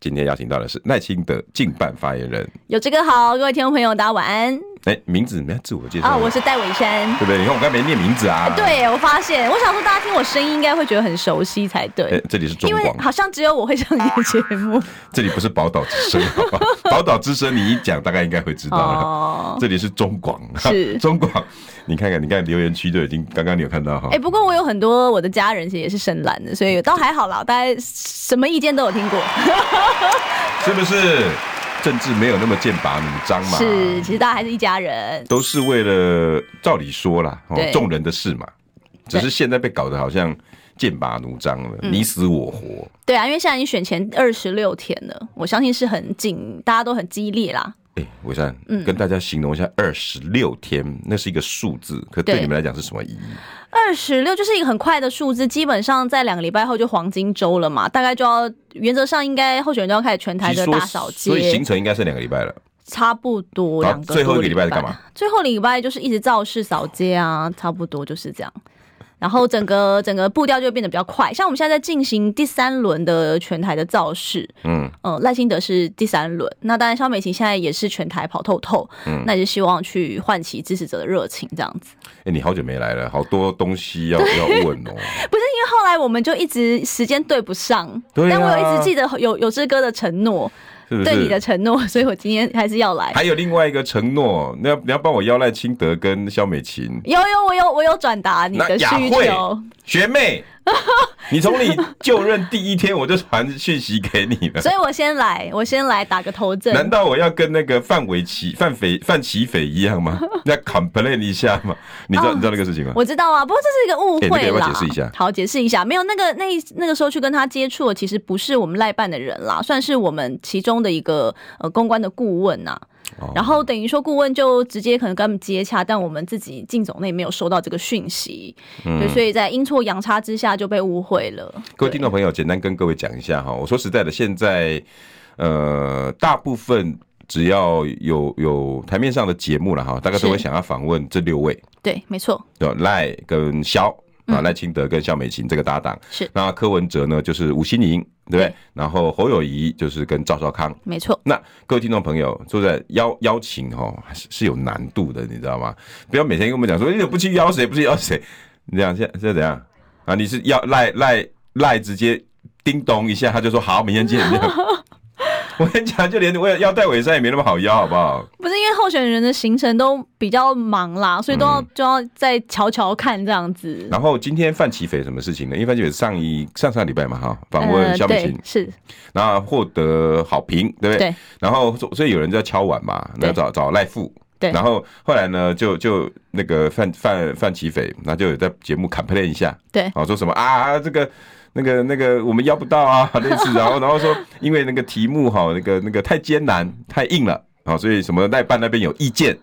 今天邀请到的是耐心的竞办发言人，有这个好，各位听众朋友，大家晚安哎，名字你们要自我介绍啊！吗我是戴伟山。对不对？你看我刚才没念名字啊。哎对，我发现，我想说大家听我声音应该会觉得很熟悉才哎对，，这里是中哦因为广，好像只有我会上你的节 目这里不是宝岛之声， 好吧宝岛之声你一讲，大概应该会知道了。哦。这里是中广，是中广。你看看，你看留言区都已经，刚刚你有看到哈哎、？不过我有很多我的家人其实也是深蓝的，所以倒还好啦，大家什么意见都有听过。是不是政治没有那么剑拔弩张嘛？是，其实大家还是一家人。都是为了照理说啦，哦对众人的事嘛。只对嗯是现在被搞得好像剑拔弩张了，你死我活。对啊，因为现在已经选前二十六天了，我相信是很紧，大家都很激烈啦。哎，伟山，嗯跟大家形容一下，二十六天，那是一个数字，可对对你们来讲是什么意义？二十六就是一个很快的数字，基本上在两个礼拜后就黄金周了嘛，大概就要原则上应该候选人就要开始全台其的实说大扫街，所以行程应该是两个礼拜了。差不多好两个最后一多个礼拜是干嘛？最后礼拜就是一直造势扫街啊，差不多就是这样。然后整个整个步调就会变得比较快，像我们现在在进行第三轮的全台的造势，嗯，呃，赖清德是第三轮，那当然肖美琴现在也是全台跑透透，嗯，那也是希望去唤起支持者的热情，这样子。哎、你好久没来了，好多东西 要要问哦。不是因为后来我们就一直时间对不上，对啊但我有一直记得有有志哥的承诺，是不是？对你的承诺， 所以我今天还是要来。还有另外一个承诺，你要你要帮我邀赖清德跟肖美琴有有，我有我有转达你那的雅需慧求，学妹，你从你就任第一天我就传讯息给你了。 所以我先来，我先来打个头阵。难道我要跟那个范玮琪、范斐、范琪斐一样 吗？要 complain 一下吗？你知道、哦你知道那个事 情吗？我知道啊，不过这是一个误哎那会个要不啦。要解释一下好，解释一下，没有那个那那个时候去跟他接触的，其实不是我们赖办的人啦，算是我们其中的一个呃公关的顾问呐、哦然后等于说顾问就直接可能跟他们接洽，但我们自己进总内没有收到这个讯息，嗯对，所以在阴错阳差之下就被误会了。各位听众朋友，简单跟各位讲一下哈。我说实在的，现在呃，大部分只要有有台面上的节目了哈，大概都会是想要访问这六位，对，对没错，对吧赖跟肖啊，赖清德跟肖美琴这个搭档是那柯文哲呢，就是吴欣盈，对不对对？然后侯友谊就是跟赵少康。没错，那各位听众朋友，说实在邀邀请哈是是有难度的，你知道吗？不要每天跟我们讲说，你哎怎么不去邀谁，不去邀谁，你这样现在现在怎样啊？你是要赖赖赖直接叮咚一下，他就说好，明天见。 这样我跟你讲，就连我要戴伟山也没那么好邀，好不好？不是因为候选人的行程都比较忙啦，所以都要、嗯就要再瞧瞧看这样子。然后今天范启斐什么事情呢？因为范启斐上一上上礼拜嘛哈，访问呃肖美对琴，是然后获得好评，对不对？对然后所所以有人在敲碗嘛，那对找找赖富。对然后后来呢，就就那个范范范奇斐，然后就有在节目 complain 一下，对哦，说什么啊，这个那个那个我们邀不到啊， 类似，然后然后说因为那个题目哈、那个那个太艰难太硬了，啊、所以什么赖办那边有意见，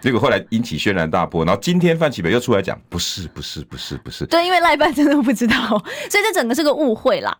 结果后来引起轩然大波，然后今天范奇斐又出来讲，不是不是不是不是，对，因为赖办真的不知道，所以这整个是个误会啦，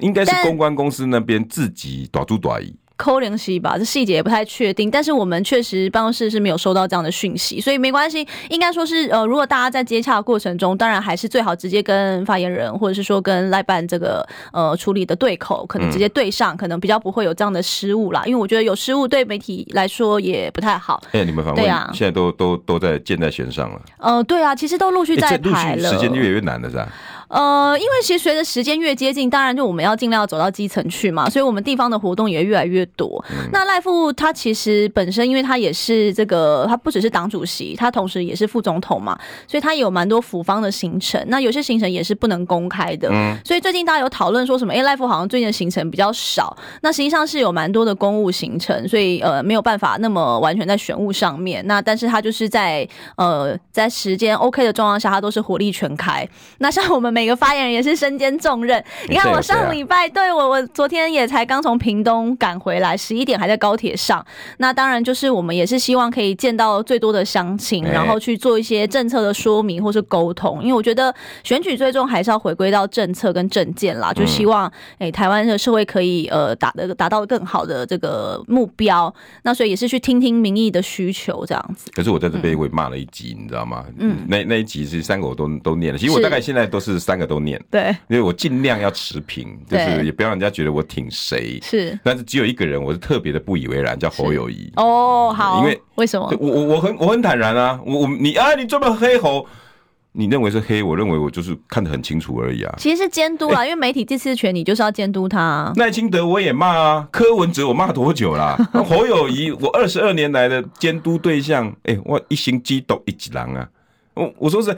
应该是但公关公司那边自己短租短疑。扣零息吧，这细节也不太确定。但是我们确实办公室是没有收到这样的讯息，所以没关系。应该说是呃，如果大家在接洽的过程中，当然还是最好直接跟发言人或者是说跟赖办这个呃处理的对口，可嗯能直接对上，可能比较不会有这样的失误啦。因为我觉得有失误对媒体来说也不太好。哎、你们访问对啊现在都都都在箭在弦上了，呃，对啊，其实都陆续哎在这陆排续了。时间越来越难了，是吧？呃，因为其实随着时间越接近，当然就我们要尽量走到基层去嘛，所以我们地方的活动也越来越多。那赖富他其实本身，因为他也是这个，他不只是党主席，他同时也是副总统嘛，所以他也有蛮多府方的行程。那有些行程也是不能公开的，所以最近大家有讨论说什么，哎，赖富好像最近的行程比较少，那实际上是有蛮多的公务行程，所以呃没有办法那么完全在选务上面。那但是他就是在呃在时间 OK 的状况下，他都是火力全开。那像我们每个发言人也是身兼重任。你看这我有谁啊上礼拜对我我昨天也才刚从屏东赶回来，十一点还在高铁上。那当然就是我们也是希望可以见到最多的乡亲，哎然后去做一些政策的说明或是沟通，因为我觉得选举最终还是要回归到政策跟政见啦，就嗯希望哎、台湾的社会可以呃达的达到更好的这个目标。那所以也是去听听民意的需求这样子。可是我在这边被骂了一集，你知道吗？嗯那那一集是三个我都都念了，其实我是大概现在都是三个都念，对，因为我尽量要持平，就对是也不要让人家觉得我挺谁。是但是只有一个人，我是特别的不以为然，叫侯友谊。哦，好，因为为什么对？我我我很我很坦然啊，我我你啊，你这么黑猴，你认为是黑，我认为我就是看得很清楚而已啊。其实是监督啦，因为媒体第四权，你就是要监督他啊。赖清德我也骂啊，柯文哲我骂多久啦？ 那侯友谊我二十二年来的监督对象，哎、我一心机斗一级狼啊！我我说是，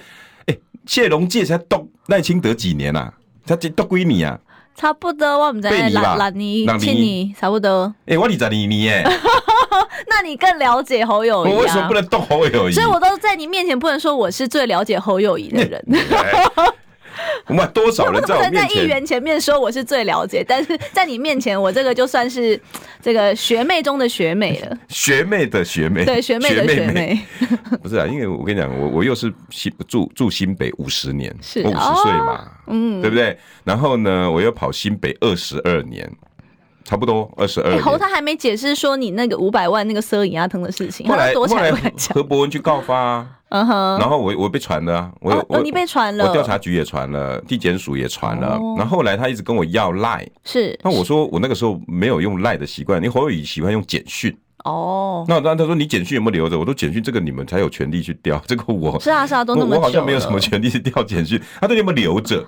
哎、谢龙介才斗赖清德几年啊？他这斗归你啊！差不多，我们在贝尼吧懒懒泥朗尼亲你，差不多。哎、我你在你你 哎，那你更了解侯友我谊为什么啊不？能斗侯友谊？所以我都在你面前不能说我是最了解侯友谊 的人，我们多少我人怎在么我能在面议前？员前面说我是最了解？但是在你面前，我这个就算是这个学妹中的学妹 了，学妹的学妹，对学妹的学妹 妹，不哦是啊，因为我跟你讲，我我又是新住住新北五十年，是我五哦十岁嘛，嗯，对不对？然后呢，我又跑新北二十二年，差不多二十二哎年。侯他还没解释说你那个五百万那个奢影阿腾的事情，后他来躲起后来来不敢讲。何伯文去告发、啊，嗯哼，然后我我被传了、啊，我、哦我哦，你被传了，我调查局也传了，地检署也传了，哦然后后来他一直跟我要赖，是那我说我那个时候没有用赖的习惯，因为侯友宜喜欢用简讯，哦，那那他说你简讯有没有留着？我说简讯这个你们才有权利去调，这个我是啊是啊，都我那么久我好像没有了什么权利去调简讯， 他对你有没有留着？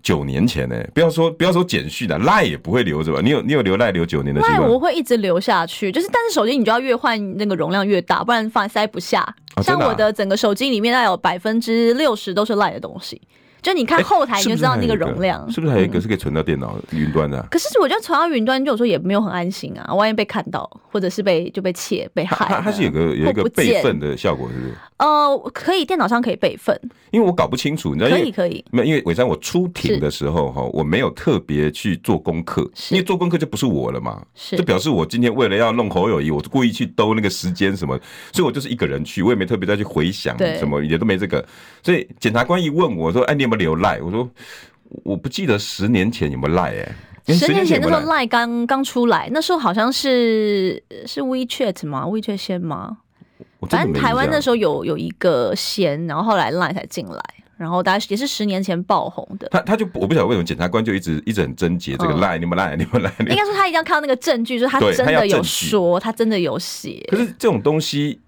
九年前呢、不要说不要说简讯了，赖也不会留着吧？你有你有留赖留九年的习那惯我会一直留下去，就是但是手机你就要越换那个容量越大，不然放塞不下。啊真像的啊我的整个手机里面，大概有百分之六十都是赖的东西，就你看哎后台你是就不知是道还那有个一容量。嗯是不是还有一个是可以存到电脑云端的啊、可是我觉得传到云端，就有时候也没有很安心啊，万一被看到，或者是被就被窃被害它它了。它是有个有一个或不见备份的效果，是不是？呃，可以电脑上可以备份，因为我搞不清楚，你知道，因可以为可以，没有，因为伟山我出庭的时候哈，我没有特别去做功课，是因为做功课就不是我了嘛，是就表示我今天为了要弄侯友谊，我就故意去兜那个时间什么，所以我就是一个人去，我也没特别再去回想对什么，也都没这个。所以检察官一问我说：“哎，你有没有留赖？”我说：“我不记得十年前有没有赖。”哎，十年前有那时候没有赖 Line 刚刚出来，那时候好像是是 WeChat 吗？WeChat 先吗？我真反的正没台湾印象那时候有有一个先，然后后来 Line 才进来，然后大概也是十年前爆红的。他他就我不晓得为什么检察官就一直一直很贞洁这个嗯赖，你们赖，你们赖，你们应该说他一定要看到那个证据，就是他对真他要的有证据说，他真的有写。 可是这种东西，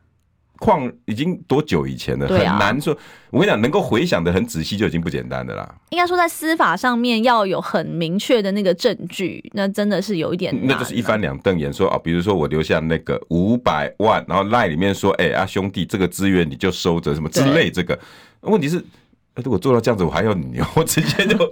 况已经多久以前了，对很啊难说。我跟你讲，能够回想的很仔细就已经不简单的啦。应该说在司法上面要有很明确的那个证据，那真的是有一点嗯那难就是一翻两瞪眼说啊，比如说我留下那个五百万，然后赖里面说，哎、啊兄弟，这个资源你就收着，什么之类。这个问题是，哎如果做到这样子，我还要你， 我直接就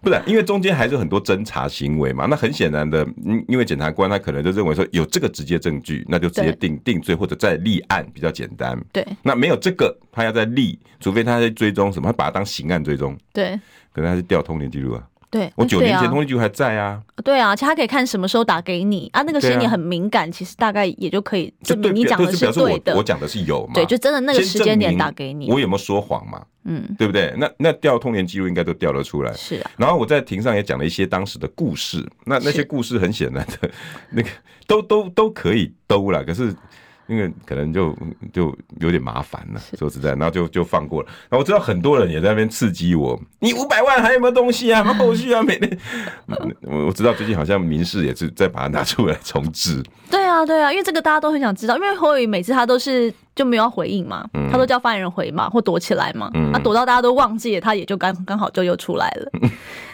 不然，因为中间还是很多侦查行为嘛。那很显然的，嗯因为检察官他可能就认为说有这个直接证据，那就直接对定定罪或者再立案比较简单。对那没有这个，他要在立，除非他在追踪什么，他把它当刑案追踪，对可能他是调通联记录啊。对，我嗯九对年前啊通联记录还在啊，对啊，其实他可以看什么时候打给你啊，那个时间对啊点很敏感，其实大概也就可以这证明你表讲的这就是表示我对的我。讲的是有嘛？对，就真的那个时间点打给先证你明，我有没有说谎嘛？嗯，对不对？那那调通联记录应该都调得出来。是啊，然后我在庭上也讲了一些当时的故事，那那些是故事很显然的，那个都都都可以兜了，可是那个可能就就有点麻烦了，说实在，然后就就放过了。然后我知道很多人也在那边刺激我，你五百万还有没有东西啊？还有没有后续啊？每天 嗯我我知道最近好像民事也是在把它拿出来重置，对啊，对啊，因为这个大家都很想知道，因为侯友宜每次他都是就没有要回应嘛，他都叫发言人回嘛，或躲起来嘛，嗯嗯啊，躲到大家都忘记了，他也就刚刚好就又出来了。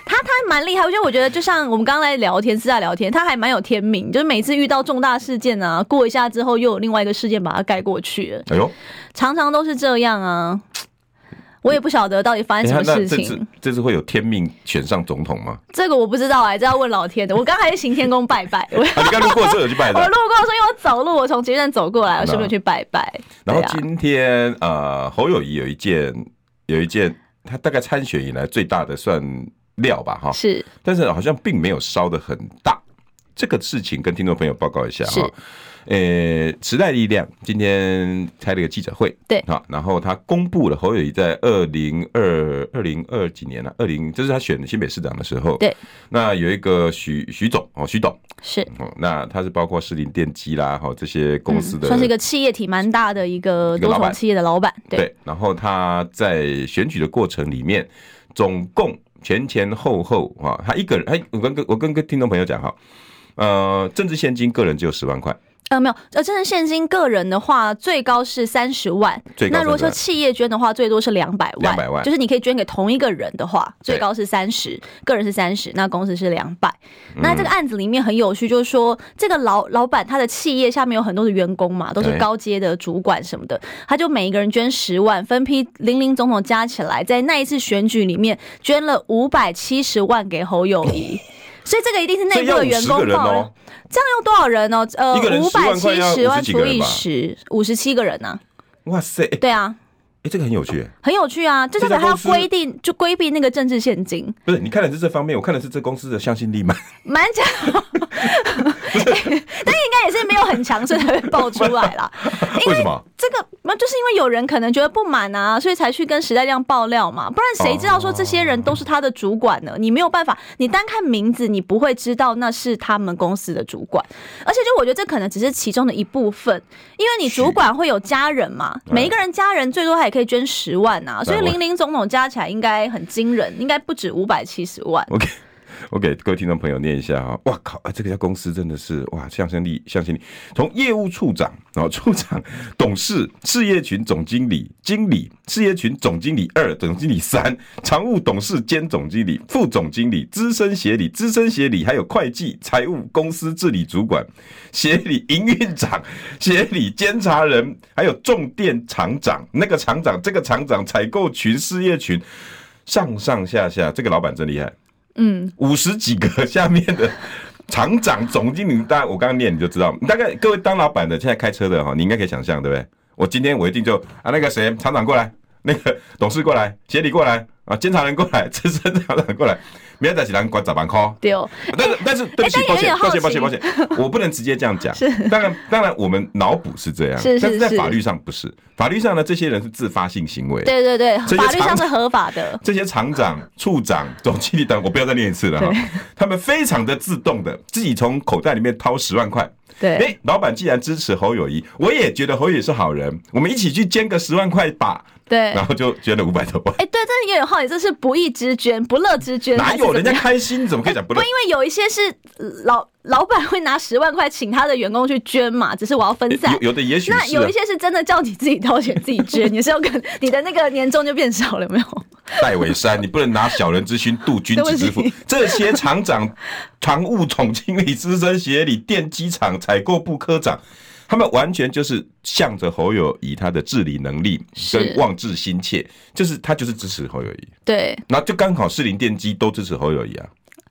他他蛮厉害，我觉得我觉得就像我们刚刚来聊天私啊下聊天，他还蛮有天命，就是每次遇到重大事件啊，过一下之后又有另外一个事件把它盖过去了，哎呦，常常都是这样 啊。我也不晓得到底发生什哎么那事这情，次这次会有天命选上总统吗？ 这个我不知道哎、这要问老天的。我刚才去行天宫拜拜，我啊，你刚路过的时候有去拜我的。路过的时候，因为我走路，我从捷运站走过来，我顺便去拜拜。然后对啊今天、呃，侯友谊有一件有一件他大概参选以来最大的算料吧，哈，是但是好像并没有烧的很大。这个事情跟听众朋友报告一下是哈。呃，时代力量今天开了一个记者会，对好，然后他公布了侯友谊在二零二二零二几年呢、啊二零这是他选新北市长的时候，对，那有一个徐徐总哦，徐董，是，哦，那他是包括士林电机啦，哈、这些公司的、嗯算是一个企业体蛮大的一个一个多老板重企业的老板，对，对，然后他在选举的过程里面，总共前前后后啊，他一个人，哎，我跟我跟跟听众朋友讲哈，呃，政治现金个人只有十万块，呃，没有，呃，真正现金个人的话，最高是三十万，最高那如果30万说企业捐的话，最多是两百万， 200万就是你可以捐给同一个人的话，对最高是三十，个人是三十，那公司是两百。嗯那这个案子里面很有趣，就是说这个老老板他的企业下面有很多的员工嘛，都是对高阶的主管什么的，他就每一个人捐十万，分批零零总总加起来，在那一次选举里面捐了五百七十万给侯友 谊。所以这个一定是内所以部要的五员十工个人报哦的，，这样要多少人哦？呃一个，人五10百万七块要十万50几个除人以吧十，五十七个人呐、哇塞，哎、对啊，哎这个很有趣，很有趣啊，这这就家是他要公司规定，就规避那个政治现金，不是你看的是这方面，我看的是这公司的向心力嘛，蛮 强， 但应该也是没有很强，所以才会爆出来啦。 为什么？这个那就是因为有人可能觉得不满啊，所以才去跟时代力量爆料嘛，不然谁知道说这些人都是他的主管呢？你没有办法，你单看名字，你不会知道那是他们公司的主管。而且就我觉得这可能只是其中的一部分，因为你主管会有家人嘛，嗯每一个人家人最多还可以捐十万啊，所以那我零零总总加起来应该很惊人，应该不止五百七十万。我给我给各位听众朋友念一下哈，哇靠，啊这个家公司真的是哇向心力向心力，从业务处长，然后 处长、董事、事业群总经理、经理、事业群总经理二、总经理三、常务董事兼总经理、副总经理、资深协理、资深协理，还有会计、财务、公司治理主管、协理、营运长、 协理、监察人，还有重电厂长、那个厂长、这个厂长、采购群、事业群。上上下下，这个老板真厉害。嗯，五十几个 下面的厂长、总经理，大家我刚刚念你就知道，大概各位当老板的，现在开车的哈，你应该可以想象，对不对？我今天我一定就啊，那个谁，厂长过来，那个 董事过来，协理过来，啊，监察人过来， 资深厂长过来，明天再起来管咋办 call。对哦，但是但是对不起，但抱也有歉点抱歉好抱奇歉抱歉，我不能直接这样讲。当然当然，我们脑补是这样，是是但是在是法律上不是，法律上呢，这些人是自发性行为。对对对，这些法律上常是合法的。这些厂长、处长、总经理等，我不要再念一次了哈对。他们非常的自动的，自己从口袋里面掏十万块。对，哎，老板既然支持侯友谊，我也觉得侯友谊是好人，我们一起去捐个十万块吧。对。然后就捐了五百多万，哎、对，这有点好奇，这是不义之捐、不乐之捐，哪还是有怎人么家样开心？怎么可以讲不不，乐因？为有一些是呃老老板会拿十万块请他的员工去捐嘛，只是我要分散有。有的也许那是啊有一些是真的叫你自己掏钱自己捐， 你是要跟你的那个年终就变少了，有没有？戴伟山，你不能拿小人之心度君子之腹对不。这些厂长、常务总经理、资深协理、电机厂采购部科长，他们完全就是向着侯友谊他的治理能力是跟望志心切，就是他就是支持侯友谊， 对，然后就刚好士林电机都支持侯友谊啊，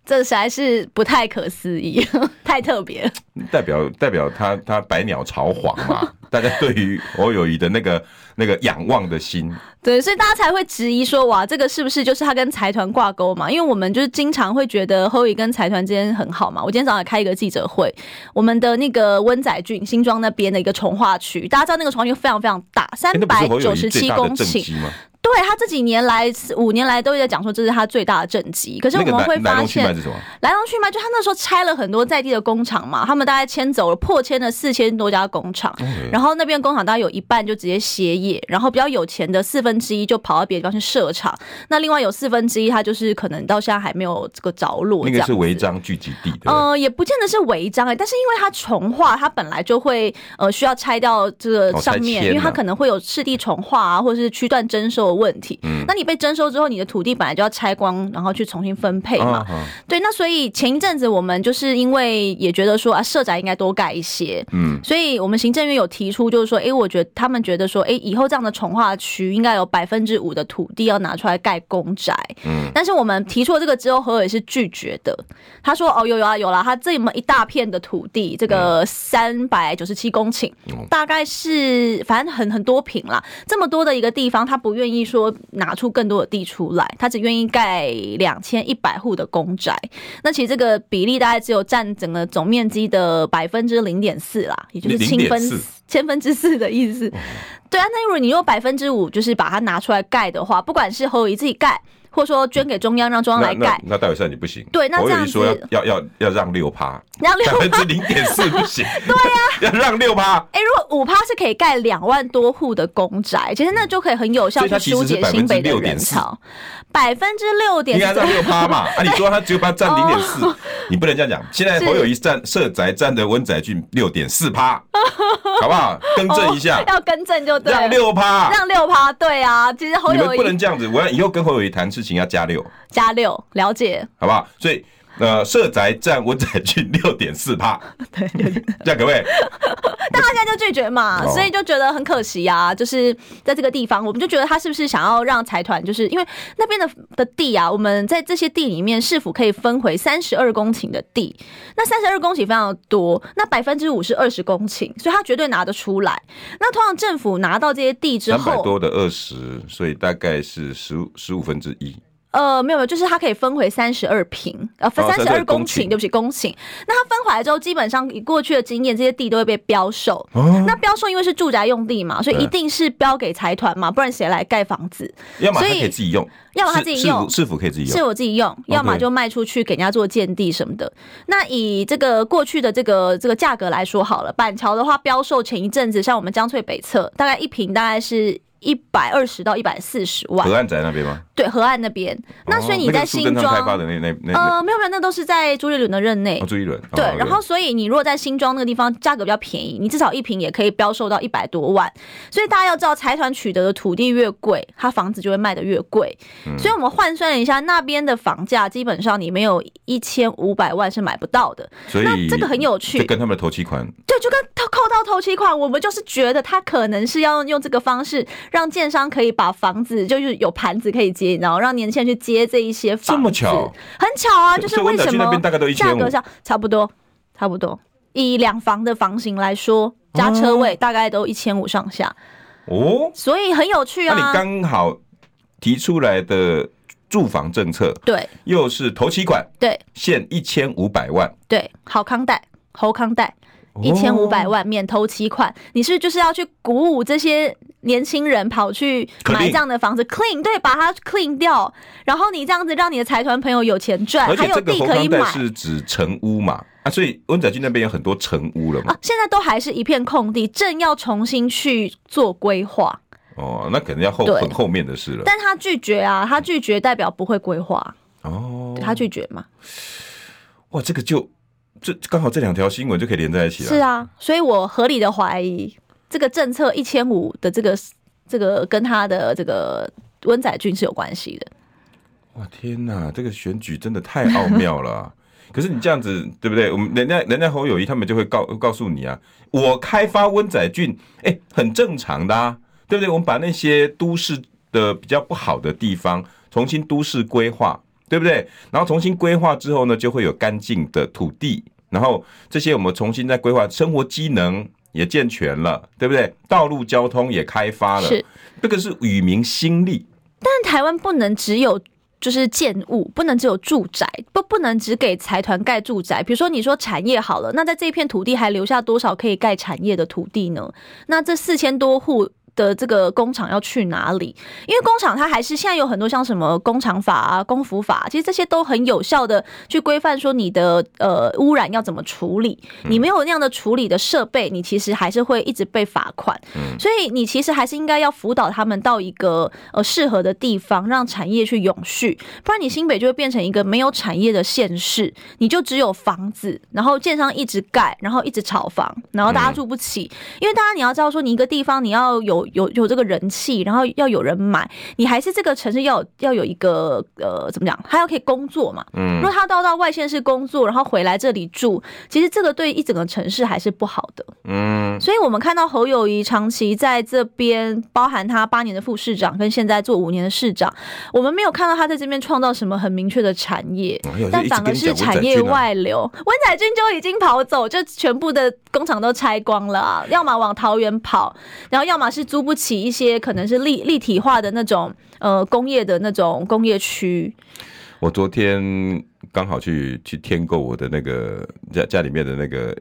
这实在是不太可思议， 太特别了。代表代表他他百鸟朝凰 嘛，大家对于侯友谊的那个那个仰望的心，对，所以大家才会质疑说，哇，这个是不是就是他跟财团挂钩嘛？因为我们就是经常会觉得 Hoey 跟财团之间很好嘛。我今天早上也开一个记者会，我们的那个温仔郡新庄那边的一个从化区，大家知道那个从化区非常非常大，三哎那不百是侯友九谊十最七大的公政顷。绩吗？对他这几年来五年来都在讲说这是他最大的政绩，可是我那个们来会来发龙去脉现是什么？来龙去脉，就他那时候拆了很多在地的工厂嘛，他们大概迁走了破迁了四千多家工厂，嗯然后那边工厂大概有一半就直接歇业，然后比较有钱的四分之一就跑到别的地方去设厂，那另外有四分之一他就是可能到现在还没有这个着落，那这个样是违子章聚集地的。呃，也不见得是违章哎、但是因为它重化，它本来就会呃需要拆掉这个哦上拆面，迁因为它啊可能会有赤地重化啊，或者是区段征收的问题。嗯那你被征收之后，你的土地本来就要拆光，然后去重新分配嘛。啊啊对，那所以前一阵子我们就是因为也觉得说啊，社宅应该多盖一些，嗯，所以我们行政院有提出，就是说，诶，我觉得他们觉得说，诶，以后这样的重化区应该有百分之五的土地要拿出来盖公宅，嗯，但是我们提出了这个之后，何伟是拒绝的，他说，哦，有有啊有啦，他这么一大片的土地，这个三百九十七公顷，大概是反正很很多平啦，这么多的一个地方，他不愿意说拿出更多的地出来，他只愿意盖两千一百户的公宅。那其实这个比例大概只有占整个总面积的百分之零点四啦，也就是千分0.4千分之四的意思。对啊，那如果你用百分之五，就是把它拿出来盖的话，不管是侯友谊自己盖，或者说捐给中央让中央那来那盖，那戴伟善你不行，对那我这有样一说子要要要要让六 趴，让 六百分之零点四不 行，对呀， 要让六趴，哎、如果五趴是可以盖两万多户的公宅，其实那就可以很有效所以它去其实疏解是新北的6.4人潮，百分之六点哦应该让六趴嘛。啊，你说他只有他占零点四，你不能这样讲。现在是侯友谊占社宅占的温宅郡六点四趴，好不好？更正一下， 要更正哦就对了，让六趴。让六趴，对啊，其实侯你们友不能谊这样子，我要以后跟侯友谊谈事情要加六，加六，了解，好不好？所以呃，社宅占温宅郡六点四趴，对对对，这样可不可以？但他现在就拒绝嘛，哦所以就觉得很可惜啊，就是在这个地方，我们就觉得他是不是想要让财团，就是因为那边的的地啊，我们在这些地里面是否可以分回三十二公顷的地？那三十二公顷非常多，那百分之五是二十公顷，所以他绝对拿得出来。那通常政府拿到这些地之三百后，多的二十，所以大概是十五十五分之一。呃，没有没有，就是它可以分回三十二平，呃，分哦三十二32公公顷，顷对不起，公顷。那它分回来之后，基本上以过去的经验，这些地都会被标售。哦，那标售因为是住宅用地嘛，所以对一定是标给财团嘛，不然谁来盖房子？要么他所以可以自己用，要么他是自己是否用是否可以自己是用？我自己用，要么就卖出去给人家做建地什么的。那以这个过去的这个这个价格来说好了，板桥的话标售前一阵子，像我们江翠北侧，大概一平大概是一百二十到一百四十万河，岸宅那边吗？对，河岸那边。那所以你哦那在个苏新贞庄昌，开发的那那那那呃，没有没有，那都是在朱立伦的任内哦。朱一伦哦对， OK 然后所以你如果在新庄那个地方价格比较便宜，你至少一平也可以标售到一百多万。所以大家要知道，财团取得的土地越贵，它房子就会卖得越贵。嗯所以我们换算了一下，那边的房价基本上你没有一千五百万是买不到的。所以那这个很有趣这跟他们的头期款对，就跟他扣到头期款，我们就是觉得他可能是要用这个方式让建商可以把房子就是有盘子可以接，然后让年轻人去接这一些房子。这么巧，很巧啊！就所以是所为以温岛什区那么边大概都1500价格上差不多，差不多以两房的房型来说，加车位大概都一千五上下，哦。所以很有趣那你啊。刚好提出来的住房政策对又是头期款对限一千五百万，对，好康贷、侯康贷。哦一千五百万免头期款，你是不是就是要去鼓舞这些年轻人跑去买 Clean 这样的房子，clean 对，把它 clean 掉，然后你这样子让你的财团朋友有钱赚，而哎还且有这个地红可以康买贷是指成屋嘛啊，所以温仔君那边有很多成屋了嘛啊。现在都还是一片空地，正要重新去做规划。哦，那可能要后啊对很后面的事了但他拒绝啊，他拒绝代表不会规划，哦对。他拒绝嘛。哇，这个就这刚好这两条新闻就可以连在一起了。是啊，所以我合理的怀疑这个政策一千五的这个这个跟他的这个温载俊是有关系的。哇天哪，这个选举真的太奥妙了啊、 可是你这样子对不对？我们人家人家侯友谊他们就会告告诉你啊，我开发温仔郡，哎、很正常的啊，对不对？我们把那些都市的比较不好的地方重新都市规划，对不对？然后重新规划之后呢，就会有干净的土地，然后这些我们重新再规划，生活机能也健全了，对不对？道路交通也开发了，是，这个是与民心力，但台湾不能只有。就是建物不能只有住宅，不不能只给财团盖住宅。比如说，你说产业好了，那在这片土地还留下多少可以盖产业的土地呢？那这四千多户的这个工厂要去哪里？因为工厂它还是现在有很多像什么工厂法啊、工服法、其实这些都很有效的去规范说你的呃污染要怎么处理。你没有那样的处理的设备，你其实还是会一直被罚款。所以你其实还是应该要辅导他们到一个呃适合的地方，让产业去永续，不然你新北就会变成一个没有产业的县市，你就只有房子，然后建商一直盖，然后一直炒房，然后大家住不起。因为大家你要知道说，你一个地方你要有有有这个人气，然后要有人买，你还是这个城市要有要有一个呃怎么讲，他要可以工作嘛。嗯，如果他到到外县市工作，然后回来这里住，其实这个对一整个城市还是不好的。嗯。所以我们看到侯友谊长期在这边，包含他八年的副市长跟现在做五年的市长，我们没有看到他在这边创造什么很明确的产业。哎呦但反而是产业，外流，温仔君就已经跑走，就全部的工厂都拆光了啊、要么往桃园跑，然后要么是租不起一些可能是立立体化的那种呃工业的那种工业区。我昨天刚好去去添购我的那个家家里面的那个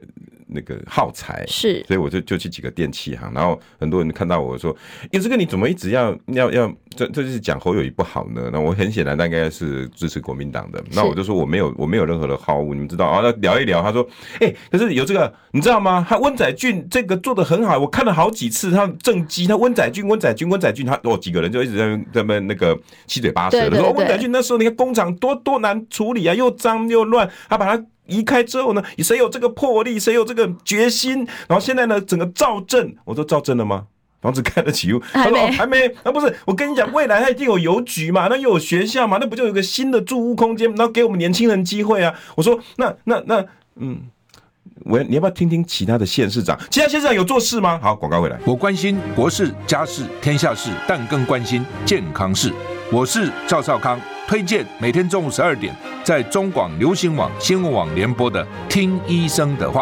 那个耗材，是所以我就就去几个电器行，然后很多人看到我说：“哎，这个你怎么一直要要要这这就是讲侯友谊不好呢？”那我很显然大概是支持国民党的，那我就说我没有我没有任何的好恶，你们知道啊？那聊一聊，他说：“哎、可是有这个你知道吗？他温仔俊这个做的很好，我看了好几次他正畸，他温仔俊温仔俊温仔俊，他我、哦、几个人就一直在那边在那边那个七嘴八舌的对对说哦对温仔俊那时候你看工厂多多难处理啊，又脏又乱，他把它。移开之后呢，谁有这个魄力，谁有这个决心？然后现在呢，整个造镇，我说造镇了吗？房子盖得起屋，他还说、没哦、还没，那、不是我跟你讲，未来它一定有邮局嘛，那又有学校嘛，那不就有个新的住屋空间，然后给我们年轻人机会啊？我说那那那，嗯，我你要不要听听其他的县市长？其他县市长有做事吗？好，广告回来。我关心国事、家事、天下事，但更关心健康事。我是赵少康，推荐每天中午十二点在中广流行网、新闻网联播的《听医生的话》。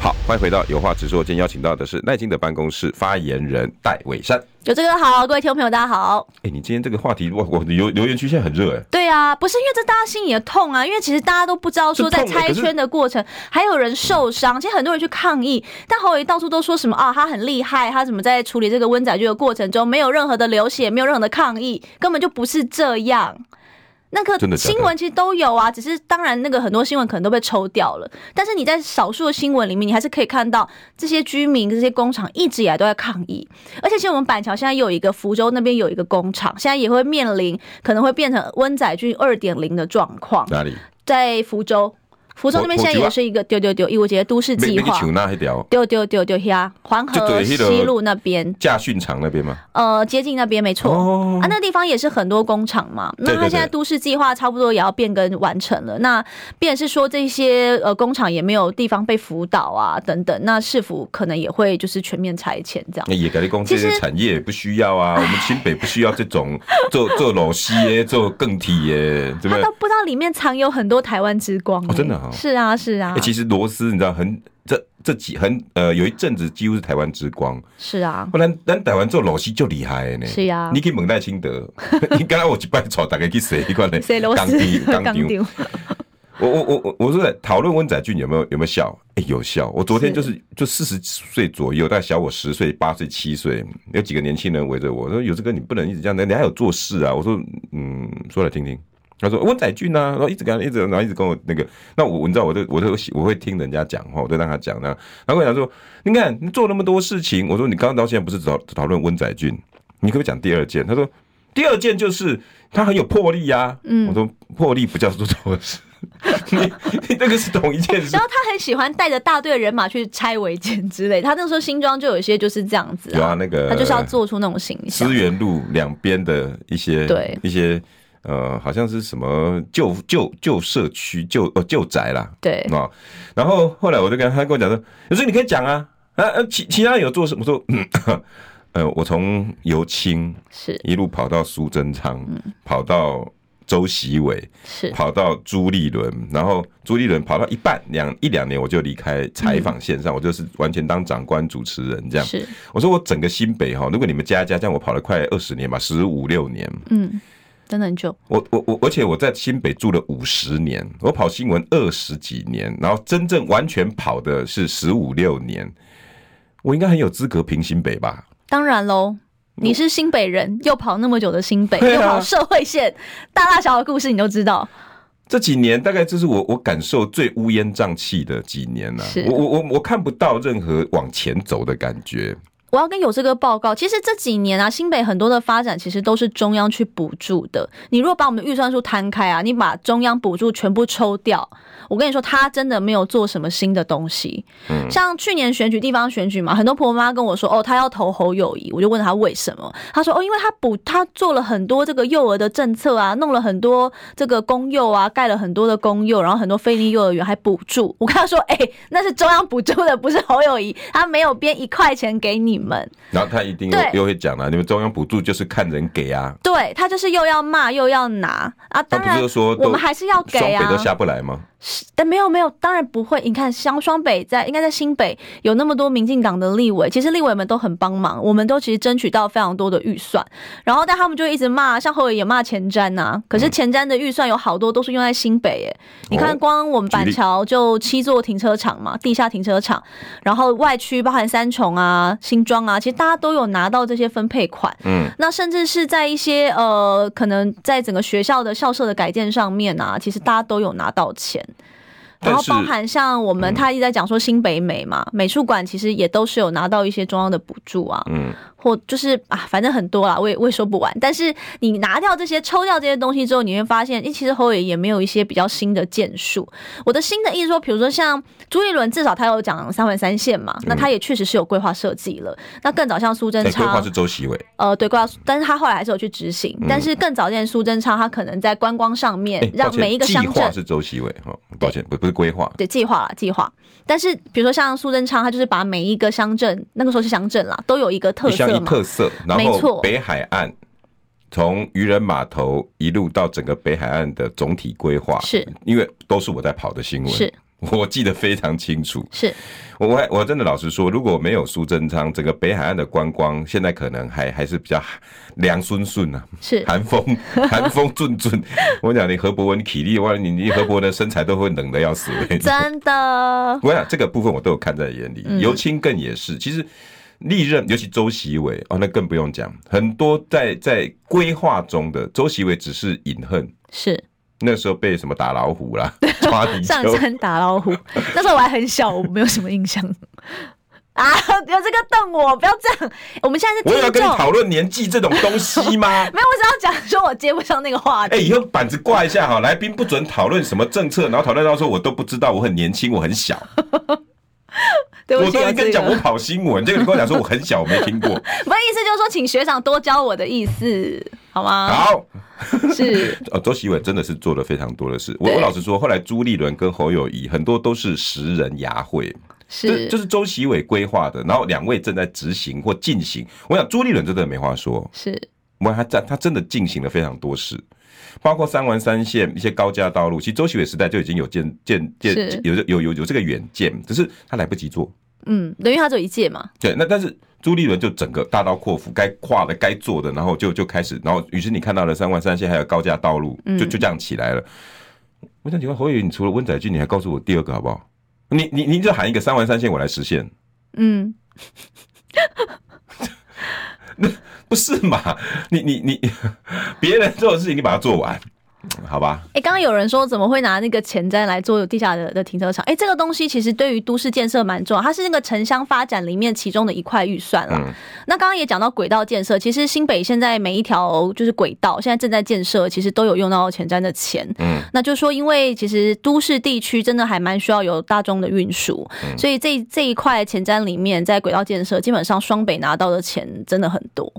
好，欢迎回到有话直说。今天邀请到的是赖清德办公室发言人戴伟山。有这个好，各位听众朋友大家好。哎、你今天这个话题，我我留留言区现在很热哎、对啊，不是因为这大家心里的痛啊，因为其实大家都不知道说这在痛欸拆可是圈的过程还有人受伤，其实很多人去抗议，但侯友宜到处都说什么啊，他很厉害，他怎么在处理这个温仔剧的过程中没有任何的流血，没有任何的抗议，根本就不是这样。那真的个假的新闻其实都有啊，只是当然那个很多新闻可能都被抽掉了，但是你在少数的新闻里面，你还是可以看到这些居民、这些工厂一直以来都在抗议。而且其实我们板桥现在有一个福州那边有一个工厂，现在也会面临可能会变成温仔菌二点零的状况，哪里？在福州，福州那边火现在火炬也啊是一个丢丢丢义务节都市没计没去划。抢那一条丢丢丢丢呀！黄就河对那个西路那边，驾训场那边吗？呃，接近那边没错、哦啊，那地方也是很多工厂嘛。那对对它现在对都市计划差不多也要变更完成了，那便是说这些呃工厂也没有地方被辅导啊等等，那是否可能也会就是全面拆迁这样？那也给你讲，这其些实产业也不需要啊，我们新北不需要这 种做做老西耶，做更体耶，对不他对啊都？不知道里面藏有很多台湾之光、欸哦真的哦是啊，是啊，欸、其实螺丝你知道很这这几很呃有一阵子几乎是台湾之光，是啊，不然咱台湾做螺丝就厉害的呢。是啊你去问戴清德， 你刚才我一摆错，大概去谁一款呢？谁螺丝哎 钢钢钢丢，我我我我我是在讨论温仔俊有没有有没有效？哎、有效。我昨天就是就四十岁左右，大概小我十岁、八岁、七岁，有几个年轻人围着我说：“有这个你不能一直这样的，你还有做事啊？”我说：“嗯，说来听听。”他说温仔俊啊，然后一直跟他一直然后一直跟我那个，那我你知道我就我就我会听人家讲话，我就让他讲那，然后我讲说，你看你做那么多事情，我说你刚刚到现在不是只讨只讨论温仔俊，你可不可以讲第二件？他说第二件就是他很有魄力呀、啊，嗯，我说魄力不叫做做事， 你你这个是同一件事 然，后他很喜欢带着大队人马去拆违建之类，他那时候新庄就有一些就是这样子有啊，那个他就是要做出那种形象思。源路两边的一些对一些呃，好像是什么旧旧旧社区旧呃旧宅啦，对啊、然后后来我就跟他他跟我讲说，我说你可以讲啊，啊啊，其其他人有做什么？我说， 嗯呃，我从尤青是一路跑到苏贞昌，跑到周习伟，是，跑到朱立伦，然后朱立伦跑到一半两一两年我就离开采访线上，我就是完全当长官主持人这样。嗯是我说我整个新北哈，如果你们加一加，这样我跑了快二十年吧，十五六年。嗯，真的很久，我我我，而且我在新北住了五十年，我跑新闻二十几年，然后真正完全跑的是十五六年，我应该很有资格评新北吧？当然喽。你是新北人，又跑那么久的新北，对啊又跑社会线，大大小小的故事你都知道。这几年大概就是我我感受最乌烟瘴气的几年了、是我我我我看不到任何往前走的感觉。我要跟有志哥报告，其实这几年啊，新北很多的发展其实都是中央去补助的。你如果把我们的预算数摊开啊，你把中央补助全部抽掉，我跟你说，他真的没有做什么新的东西。像去年选举地方选举嘛，很多婆妈跟我说，哦，她要投侯友谊，我就问她为什么，她说，哦，因为她补她做了很多这个幼儿的政策啊，弄了很多这个公幼啊，盖了很多的公幼，然后很多非利幼儿园还补助。我跟她说，哎、那是中央补助的，不是侯友谊，他没有编一块钱给你们。然后他一定又对又会讲了、你们中央补助就是看人给啊，对他就是又要骂又要拿啊，他当不是然就说都我们还是要给双啊北都。下不来吗？但没有没有，当然不会。你看，像双北在应该在新北有那么多民进党的立委，其实立委们都很帮忙，我们都其实争取到非常多的预算。然后但他们就一直骂，像侯友宜也骂前瞻呐、可是前瞻的预算有好多都是用在新北耶。你看，光我们板桥就七座停车场嘛，地下停车场，然后外区包含三重啊、新庄啊，其实大家都有拿到这些分配款。嗯，那甚至是在一些呃，可能在整个学校的校舍的改建上面啊，其实大家都有拿到钱。然但后是嗯包含像我们，他一直在讲说新北美嘛，美术馆其实也都是有拿到一些中央的补助啊，嗯，或就是啊，反正很多啦，我也我也说不完。但是你拿掉这些、抽掉这些东西之后，你会发现，诶，其实侯友宜也没有一些比较新的建树。我的新的意思说，比如说像朱一伦，至少他有讲三环三线嘛，那他也确实是有规划设计了。那更早像苏贞哎，嗯规昌划，是周习伟，呃，对，规划，但是他后来还是有去执行。嗯但是更早见苏贞昌，他可能在观光上哎面，抱让歉每一个计乡划镇是周习伟哈，抱歉，不不是规划，对计划啦，计划。但是比如说像苏贞昌，他就是把每一个乡镇，那个时候是乡镇啦，都有一个特一乡色一嘛。特色，然没后错北海岸从渔人码头一路到整个北海岸的总体规划，是因为都是我在跑的新闻，是我记得非常清楚。是我我还我真的老实说，如果没有苏贞昌，整个北海岸的观光现在可能还还是比较凉顺顺啊，是寒 风寒风阵阵。我讲你何伯文体力，哇，你你何伯文的身材都会冷的要死。我跟你讲真 的，我想这个部分我都有看在眼嗯里，尤青更也是。其实历任，尤其周习伟哦，那更不用讲，很多在在规划中的周习伟只是隐恨，是那时候被什么打老虎 啦，抓泥上鳅。山打老虎。那时候我还很小，我没有什么印象。啊，有这个瞪我，不要这样。我们现在是我听有要跟众你，讨论年纪这种东西 吗？没有，我只要讲说我接不上那个话哎、题。以后板子挂一下哈，来宾不准讨论什么政策，然后讨论到说我都不知道，我很年轻，我很小， 对不我起，都已经跟这你讲我个。跑新闻，这个你跟我讲说我很小，我没听 过。不是意思就是说，请学长多教我的意思，好吗？好，是哦，周习伟真的是做了非常多的事。我对我老实说，后来朱立伦跟侯友谊很多都是十人牙会， 就是就是周习伟规划的，然后两位正在执行或进行。我想朱立伦真的没话说，是哇，他真他真的进行了非常多事，包括三环三线一些高架道路，其实周习伟时代就已经有见见是见有有有有这个远见，只是他来不及做。嗯，等于他只有一届嘛，对，那但是朱立伦就整个大刀阔斧，该跨的、该做的，然后就就开始，然后于是你看到了三万三线还有高架道路，就就这样起来了。我想请问侯友宜，你除了温载俊，你还告诉我第二个好不好？你你你就喊一个三万三线，我来实现，嗯，不是嘛？你你你，别人做的事情你把它做完，好吧？哎，刚刚有人说怎么会拿那个前瞻来做地下的的停车场？哎，这个东西其实对于都市建设蛮重要，它是那个城乡发展里面其中的一块预算啦。嗯那刚刚也讲到轨道建设，其实新北现在每一条就是轨道现在正在建设，其实都有用到前瞻的钱。嗯，那就说，因为其实都市地区真的还蛮需要有大众的运输，嗯所以这这一块前瞻里面，在轨道建设，基本上双北拿到的钱真的很多，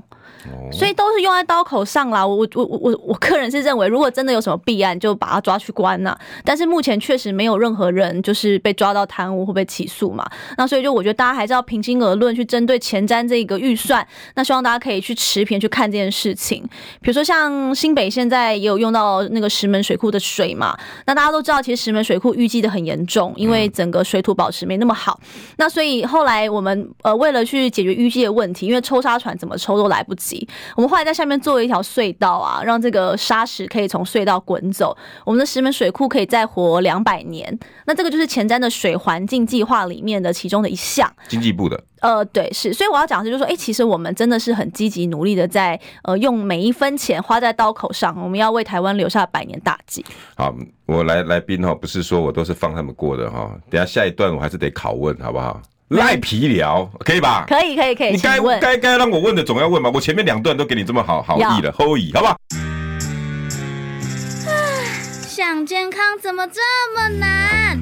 所以都是用在刀口上啦。我我我我我个人是认为，如果真的有什么弊案，就把他抓去关呐、但是目前确实没有任何人就是被抓到贪污或被起诉嘛。那所以就我觉得大家还是要平心而论去针对前瞻这个预算，那希望大家可以去持平去看这件事情。比如说像新北现在也有用到那个石门水库的水嘛，那大家都知道，其实石门水库淤积的很严重，因为整个水土保持没那么好。那所以后来我们呃为了去解决淤积的问题，因为抽沙船怎么抽都来不及，我们后来在下面做了一条隧道啊，让这个沙石可以从隧道滚走，我们的石门水库可以再活两百年。那这个就是前瞻的水环境计划里面的其中的一项。经济部的呃，对，是，所以我要讲的是，就是说，哎，其实我们真的是很积极努力的在，呃，用每一分钱花在刀口上，我们要为台湾留下百年大计。好，我来来宾哈，不是说我都是放他们过的哈，等一下下一段我还是得拷问，好不好？赖皮聊，可以吧？可以可以可以，你该哎请问该该让我问的总要问吧，我前面两段都给你这么好好意了，后意好吧？想健康怎么这么难？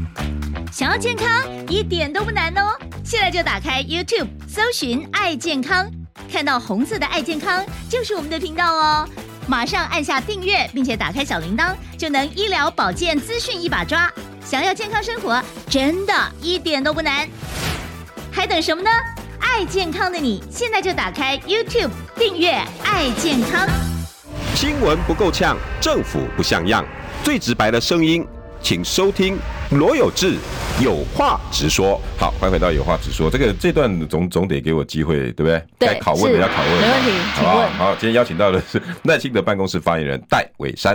想要健康一点都不难哦！现在就打开 YouTube 搜寻“爱健康”，看到红色的“爱健康”就是我们的频道哦。马上按下订阅，并且打开小铃铛，就能医疗保健资讯一把抓。想要健康生活，真的一点都不难，还等什么呢？爱健康的你，现在就打开 YouTube 订阅“爱健康”。新闻不够呛，政府不像样，最直白的声音，请收听罗有志有话直说。好，欢迎回到有话直说。这个这段总总得给我机会，对不对？对该拷问的是要拷问嘛，没问题好不好请问好，今天邀请到的是耐心的办公室发言人戴伟山。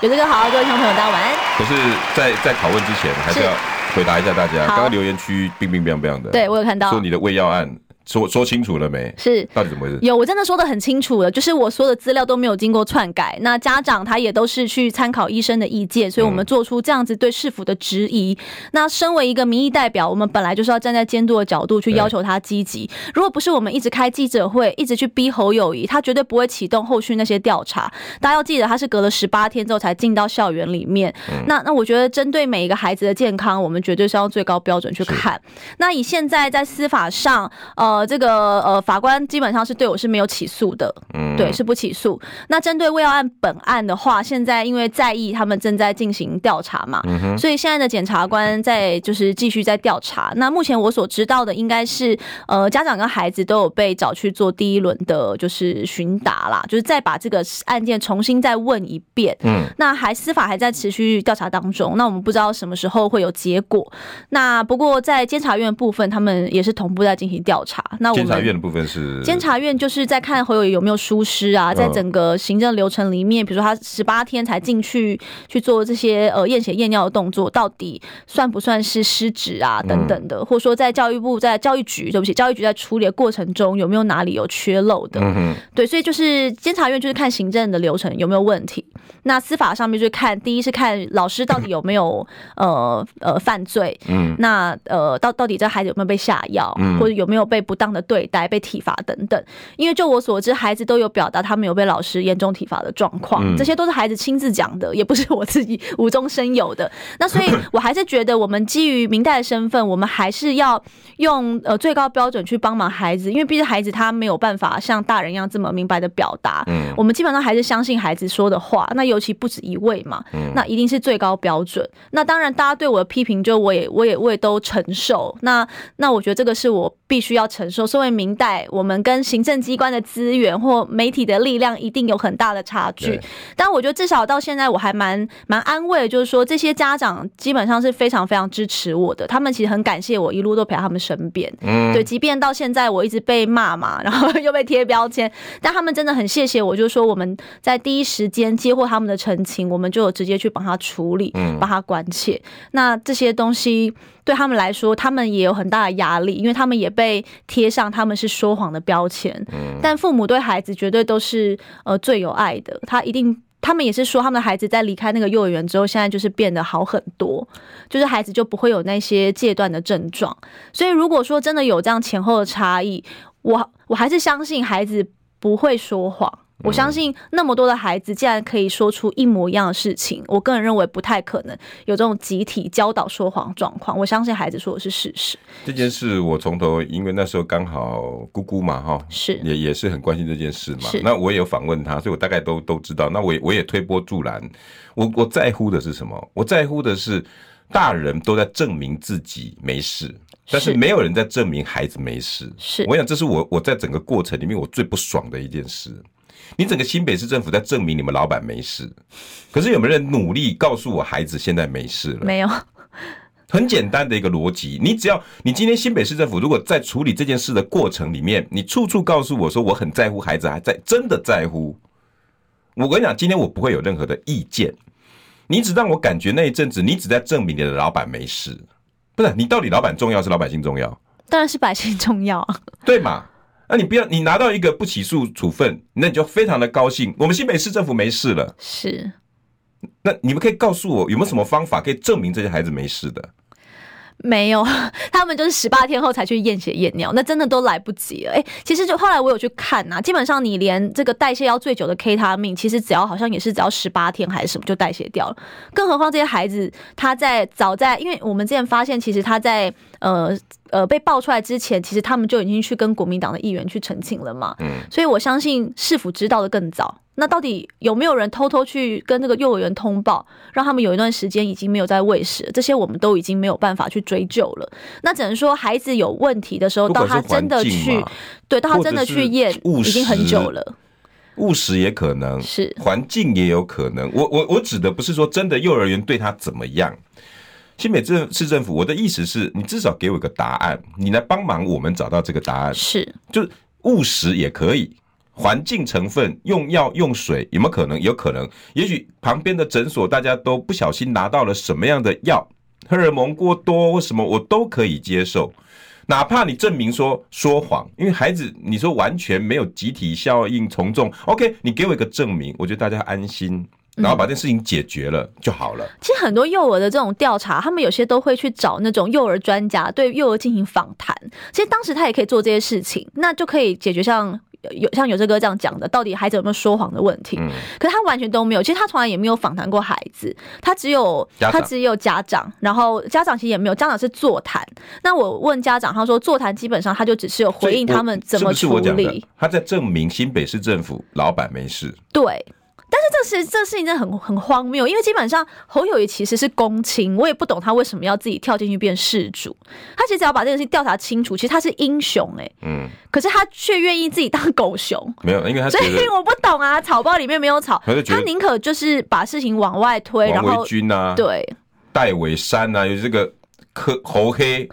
有这个好，各位听众朋友大家晚安。可是在，在拷问之前，还是是要回答一下大家。刚好刚留言区冰冰冰冰的，对我有看到说你的胃药案说说清楚了没？是到底怎么回事？有，我真的说的很清楚了，就是我所有的资料都没有经过篡改，那家长他也都是去参考医生的意见，所以我们做出这样子对市府的质疑。那身为一个民意代表，我们本来就是要站在监督的角度去要求他积极。如果不是我们一直开记者会，一直去逼侯友谊，他绝对不会启动后续那些调查。大家要记得，他是隔了十八天之后才进到校园里面。那那我觉得，针对每一个孩子的健康，我们绝对是要用最高标准去看。那以现在在司法上，呃，这个呃法官基本上是对我是没有起诉的，嗯对，是不起诉。那针对魏耀案本案的话，现在因为在意他们正在进行调查嘛，所以现在的检察官在就是继续在调查。那目前我所知道的应该是，呃，家长跟孩子都有被找去做第一轮的，就是询答啦，就是再把这个案件重新再问一遍。嗯，那还司法还在持续调查当中，那我们不知道什么时候会有结果。那不过在监察院部分，他们也是同步在进行调查。那我们监察院的部分是监察院就是在看侯友宜有没有疏失嗯啊，在整个行政流程里面，比如说他十八天才进去去做这些呃验血验尿的动作，到底算不算是失职啊嗯等等的，或者说在教育部在教育局，对不起，教育局在处理的过程中有没有哪里有缺漏的？嗯哼，对，所以就是监察院就是看行政的流程有没有问题，那司法上面就是看第一是看老师到底有没有呃呃犯罪，嗯，那呃到到底这孩子有没有被下药，嗯或者有没有被不当的对待、被体罚等等。因为就我所知，孩子都有表达他们有被老师严重体罚的状况，嗯这些都是孩子亲自讲的，也不是我自己无中生有的。那所以我还是觉得，我们基于明代的身份，我们还是要用呃最高标准去帮忙孩子，因为毕竟孩子他没有办法像大人一样这么明白的表达。嗯我们基本上还是相信孩子说的话，那尤其不止一位嘛，嗯那一定是最高标准。那当然，大家对我的批评，就我也我也我也都承受。那那我觉得这个是我必须要承受。身为明代，我们跟行政机关的资源或媒体的力量一定有很大的差距对。但我觉得至少到现在，我还蛮蛮安慰的，就是说这些家长基本上是非常非常支持我的，他们其实很感谢我一路都陪在他们身边。嗯对，即便到现在我一直被骂嘛，然后 又被贴标签，但他们真的很谢谢我，就是说我们在第一时间接获他们的澄清，我们就有直接去帮他处理，帮他关切。那这些东西对他们来说，他们也有很大的压力，因为他们也被贴上他们是说谎的标签。但父母对孩子绝对都是呃最有爱的，他一定。他们也是说，他们的孩子在离开那个幼儿园之后，现在就是变得好很多，就是孩子就不会有那些戒断的症状。所以如果说真的有这样前后的差异，我我还是相信孩子不会说谎。我相信那么多的孩子，竟然可以说出一模一样的事情，我个人认为不太可能有这种集体教导说谎状况。我相信孩子说的是事实，这件事我从头，因为那时候刚好姑姑嘛哈，是也也是很关心这件事嘛是。那我也有访问他，所以我大概都都知道。那我也我也推波助澜。我我在乎的是什么？我在乎的是大人都在证明自己没事，但是是没有人在证明孩子没事。是我想这是我我在整个过程里面我最不爽的一件事。你整个新北市政府在证明你们老板没事，可是有没有人努力告诉我孩子现在没事了？没有很简单的一个逻辑，你只要你今天新北市政府如果在处理这件事的过程里面，你处处告诉我说我很在乎孩子，还在真的在乎，我跟你讲，今天我不会有任何的意见。你只让我感觉那一阵子，你只在证明你的老板没事，不是你到底老板重要是老百姓重要，当然是百姓重要啊，对嘛？那你不要你拿到一个不起诉处分，那你就非常的高兴，我们新北市政府没事了。是那你们可以告诉我有没有什么方法可以证明这些孩子没事的？没有， 他们就是十八天后才去验血验尿，那真的都来不及了。哎、其实就后来我有去看呐、基本上你连这个代谢要最久的 K 他命，其实只要好像也是只要十八天还是什么就代谢掉了，更何况这些孩子他在早在，因为我们之前发现，其实他在呃呃被爆出来之前，其实他们就已经去跟国民党的议员去澄清了嘛。嗯，所以我相信市府知道的更早。那到底有没有人偷偷去跟那个幼儿园通报，让他们有一段时间已经没有在喂食了？这些我们都已经没有办法去追究了。那只能说孩子有问题的时候，不到管是他真的环境去嘛，对，到他真的或去者是验，误已经很久食了。务实也可能是环境也有可能。我我我指的不是说真的幼儿园对他怎么样，新北市市政府，我的意思是你至少给我一个答案，你来帮忙我们找到这个答案，是，就是务实也可以。环境成分、用药、用水有没有可能？有可能，也许旁边的诊所大家都不小心拿到了什么样的药，荷尔蒙过多或什么，我都可以接受。哪怕你证明说说谎，因为孩子你说完全没有集体效应从众，OK，你给我一个证明，我觉得大家安心，然后把这事情解决了就好了。其实很多幼儿的这种调查，他们有些都会去找那种幼儿专家对幼儿进行访谈。其实当时他也可以做这些事情，那就可以解决像。有像有志哥这样讲的，到底孩子有没有说谎的问题？嗯可是他完全都没有，其实他从来也没有访谈过孩子，他只有家他长只有家长，然后家长其实也没有，家长是座谈。那我问家长，他说座谈基本上他就只是有回应他们怎么是处不是我讲理，的？他在证明新北市政府老板没事，对。但是这事这事情真的很很荒谬，因为基本上侯友谊其实是公卿，我也不懂他为什么要自己跳进去变事主。他其实只要把这件事情调查清楚，其实他是英雄哎、嗯，可是他却愿意自己当狗熊，没有，因为他 所觉得以我不懂啊，草包里面没有草，他就觉他得宁可就是把事情往外推，然王后维军啊，对，戴伟山啊，有这个科侯 黑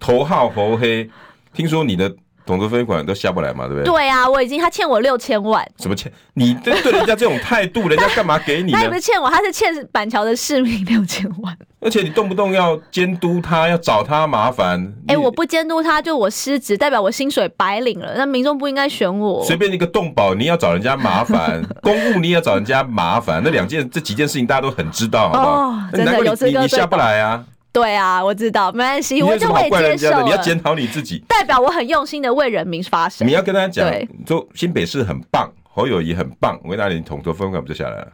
头号侯黑，听说你的董卓分款都下不来嘛，对不对？对啊，我已经他欠我六千万，什么欠？你对对人家这种态度，人家干嘛给你 他也不呢是？欠我，他是欠板桥的市民六千万。而且你动不动要监督他，要找他麻烦。哎、你我不监督他，就我失职，代表我薪水白领了，那民众不应该选我。随便一个动保，你要找人家麻 烦；公务你也要找人家麻烦。那两件这几件事情大家都很知道，好不好？哦那你难真的怪有资你格你你最下不来啊！对啊，我知道，没关系，你我有什就么我好也怪人接家受的？你要了。检讨你自己。代表我很用心的为人民 发声你。要跟他讲对，说新北市很棒，侯友谊很棒，我跟他连同桌分款不就下来了？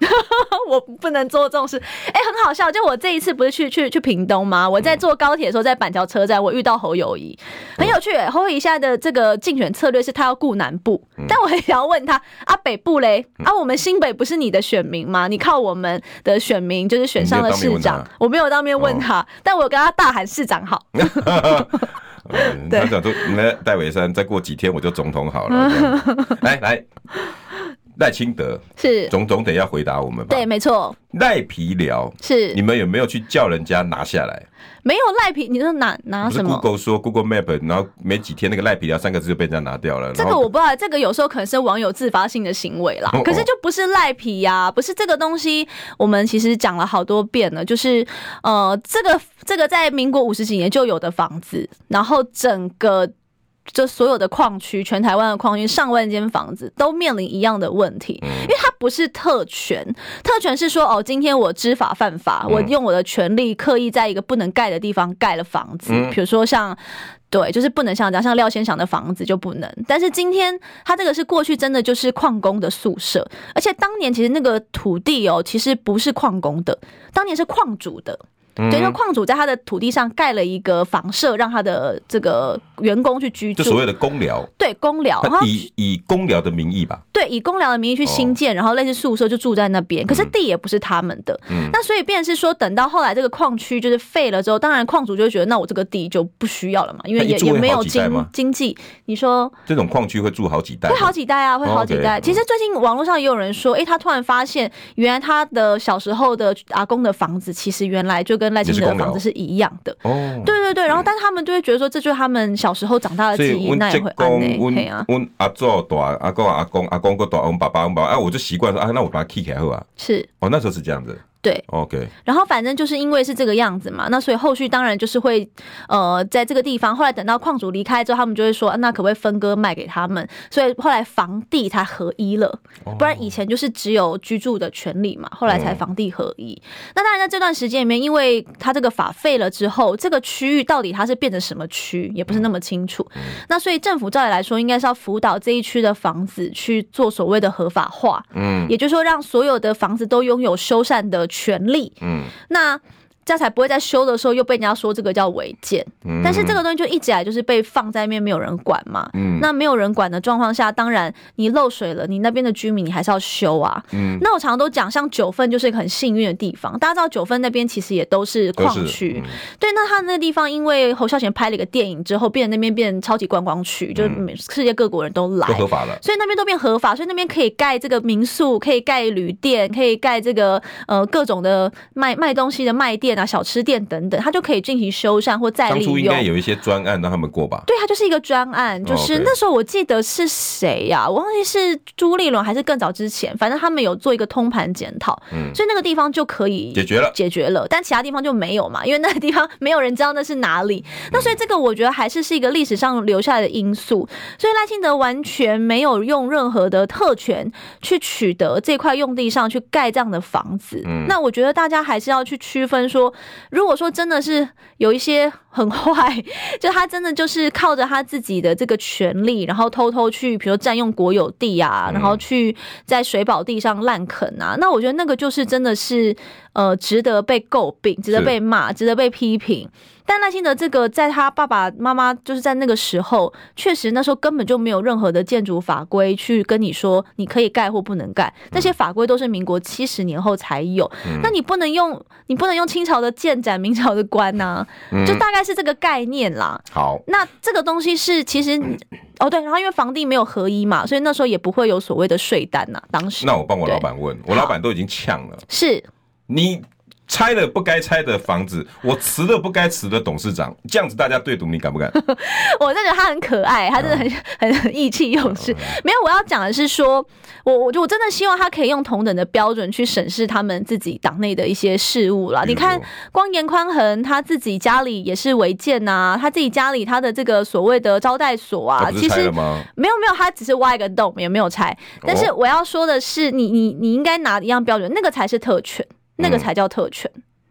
我不能做这种事。哎、很好笑，就我这一次不是去去去屏东吗？我在坐高铁的时候，在板桥车站，我遇到侯友谊，嗯很有趣、侯友谊现在的这个竞选策略是他要顾南部，嗯但我很想要问他 啊，北部嘞？啊，我们新北不是你的选民吗？你靠我们的选民就是选上了市长，我没有当面问他，哦但我有跟他大喊市长好。嗯 对他讲说，那戴维山再过几天我就总统好 了。这样来来，赖清德是总总得要回答我们吧？对，，没错，赖皮聊，是你们有没有去叫人家拿下来？没有赖皮，你说拿拿不是什么？ Google 说 Google Map，然后没几天那个赖皮聊三个字就被人家拿掉了。这然个后我不知道，这个有时候可能是网友自发性的行为啦哦哦，可是就不是赖皮呀、不是这个东西。我们其实讲了好多遍了，就是呃，这个这个在民国五十几年就有的房子，然后整个。这所有的矿区，全台湾的矿区上万间房子都面临一样的问题，嗯因为它不是特权，特权是说哦，今天我知法犯法，嗯我用我的权利刻意在一个不能盖的地方盖了房子，嗯比如说像对，就是不能像这样，像廖先祥的房子就不能。但是今天他这个是过去真的就是矿工的宿舍，而且当年其实那个土地哦，其实不是矿工的，当年是矿主的。嗯对，因为矿主在他的土地上盖了一个房舍，让他的这个员工去居就所住谓。的公聊，对，公寮，然后他以以公聊的名义吧，对，以公寮的名义去哦新建，然后类似宿舍就住在那边，可嗯是地也不是他们的。那所以便是说，等到后来这个矿区就是废了之后，当然矿主就会觉得，那我这个地就不需要了嘛，因为那一也住也会没好有几代经吗经济。你说这种矿区会住好几代吗，会好几代啊，会好几哦 OK，嗯代。其实最近网络上也有人说，诶，他突然发现，原来他的小时候的阿公的房子，其实原来就跟赖清德的房子是一样的。哦。对对对，然后但是他们就会觉得说，这就是他们小时候长大的所啊记以忆，阮那也这会安内公，嘿阮啊，阮阿祖大，阿公阿公阿公个大，阮爸爸阮爸爸，啊，我就习惯说啊，那我把它 k 起来好啊。是。哦，那时候是这样子，对， OK，然后反正就是因为是这个样子嘛，那所以后续当然就是会，呃，在这个地方，后来等到矿主离开之后，他们就会说，啊那可不可以分割卖给他们？所以后来房地才合一了，不然以前就是只有居住的权利嘛，后来才房地合一。那当然在这段时间里面，因为他这个法废了之后，这个区域到底它是变成什么区，也不是那么清楚。那所以政府照理来说，应该是要辅导这一区的房子去做所谓的合法化，嗯，也就是说让所有的房子都拥有修缮的权利，嗯，那这样才不会在修的时候又被人家说这个叫违建。嗯但是这个东西就一直以来就是被放在那边没有人管嘛，嗯那没有人管的状况下，当然你漏水了，你那边的居民你还是要修啊。嗯那我常常都讲，像九份就是一个很幸运的地方，大家知道九份那边其实也都是都矿是区，嗯对，那他那个地方，因为侯孝贤拍了一个电影之后，变得那边变成超级观光区，就是每世界各国人都来，嗯都合法了，所以那边都变合法，所以那边可以盖这个民宿，可以盖旅店，可以盖这个呃各种的卖卖东西的卖店啊、小吃店等等，它就可以进行修缮或再当利初应用该。有一些专案让他们过吧？对，它就是一个专案，就哦是，OK 那时候我记得是谁呀、我忘记是朱立伦还是更早之前，反正他们有做一个通盘检讨，嗯所以那个地方就可以解决了解决了，但其他地方就没有嘛，因为那个地方没有人知道那是哪里。那所以这个我觉得还是是一个历史上留下来的因素，所以赖清德完全没有用任何的特权去取得这块用地上去盖这样的房子。嗯那我觉得大家还是要去区分说，如果说真的是有一些很坏，就他真的就是靠着他自己的这个权利，然后偷偷去，比如占用国有地啊，然后去在水保地上滥垦啊，那我觉得那个就是真的是呃值得被诟病，值得是被骂，值得被批评。但赖清德这个，在他爸爸妈妈就是在那个时候，确实那时候根本就没有任何的建筑法规去跟你说你可以盖或不能盖，那些法规都是民国七十年后才有。那你不能用你不能用清朝的剑斩明朝的啊官呐、嗯就大概是这个概念啦。好，那这个东西是其实哦对，然后因为房地没有合一嘛，所以那时候也不会有所谓的税单呐、当时那我帮我老板问，我老板都已经呛了，是 你拆了不该拆的房子，我辞了不该辞的董事长，这样子大家对赌，你敢不敢？我真的觉得他很可爱，他真的很、嗯很 很意气用事。没有，我要讲的是说，我我就我真的希望他可以用同等的标准去审视他们自己党内的一些事务啦。比你如看，光严宽恒他自己家里也是违建呐、他自己家里他的这个所谓的招待所 啊那，不其是拆实了吗？没有没有，他只是挖一个洞，也没有拆。但哦是我要说的是，你你你应该拿一样标准，那个才是特权，那个才叫特权。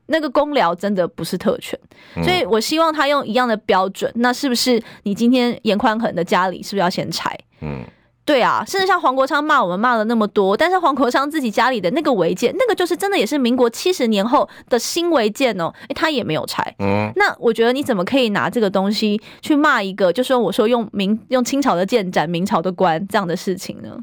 那个公疗真的不是特权，嗯所以我希望他用一样的标准。那是不是你今天严宽恒的家里是不是要先拆？嗯，对啊，甚至像黄国昌骂我们骂了那么多，但是黄国昌自己家里的那个违建，那个就是真的也是民国七十年后的新违建哦，诶他也没有拆。嗯，那我觉得你怎么可以拿这个东西去骂一个，就说我说用明用清朝的剑斩明朝的官这样的事情呢？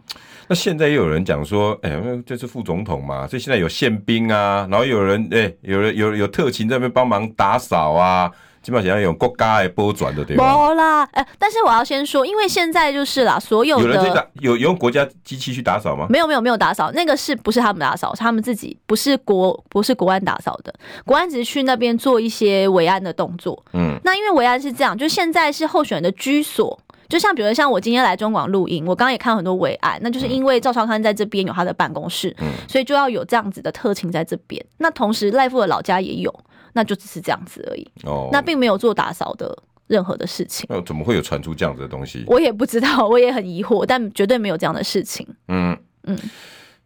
那现在也有人讲说，哎、那这是副总统嘛，所以现在有宪兵啊，然后有人哎、有人有有特勤在那边帮忙打扫啊，基本上现在有国家来拨转的对吧？没啦，哎、但是我要先说，因为现在就是啦，所有有人在的打有有用国家机器去打扫吗？没有没有没有打扫，那个是不是他们打扫？是他们自己，不是国不是国安打扫的，国安只是去那边做一些维安的动作。嗯，那因为维安是这样，就现在是候选人的居所。就像比如像我今天来中广录音，我刚刚也看很多维安，那嗯就是因为赵少康在这边有他的办公室，所以就要有这样子的特勤在这边。那同时赖富的老家也有，那就只是这样子而已，哦，那并没有做打扫的任何的事情。那怎么会有传出这样子的东西？我也不知道，我也很疑惑，但绝对没有这样的事情。嗯嗯，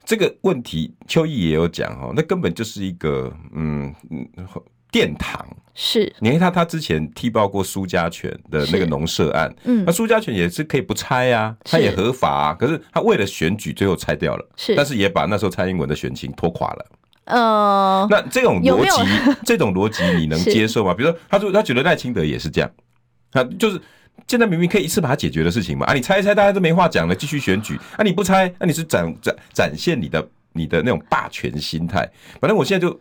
这个问题邱毅也有讲哈，那根本就是一个嗯嗯殿堂。是，你看他他之前踢爆过苏家全的那是个农舍案，嗯那，苏家全也是可以不拆啊，是他也合法啊，可是他为了选举最后拆掉了，是但是也把那时候蔡英文的选情拖垮了。呃，那啊这种有逻没有辑， 这种逻辑你能是接 受吗？比如说，他说他觉得赖清德也是这样，他就是。现在明明可以一次把它解决的事情嘛，啊，你拆一拆，大家都没话讲了，继续选举啊，你不拆，那、你是展展展现你的你的那种霸权心态。反正我现在就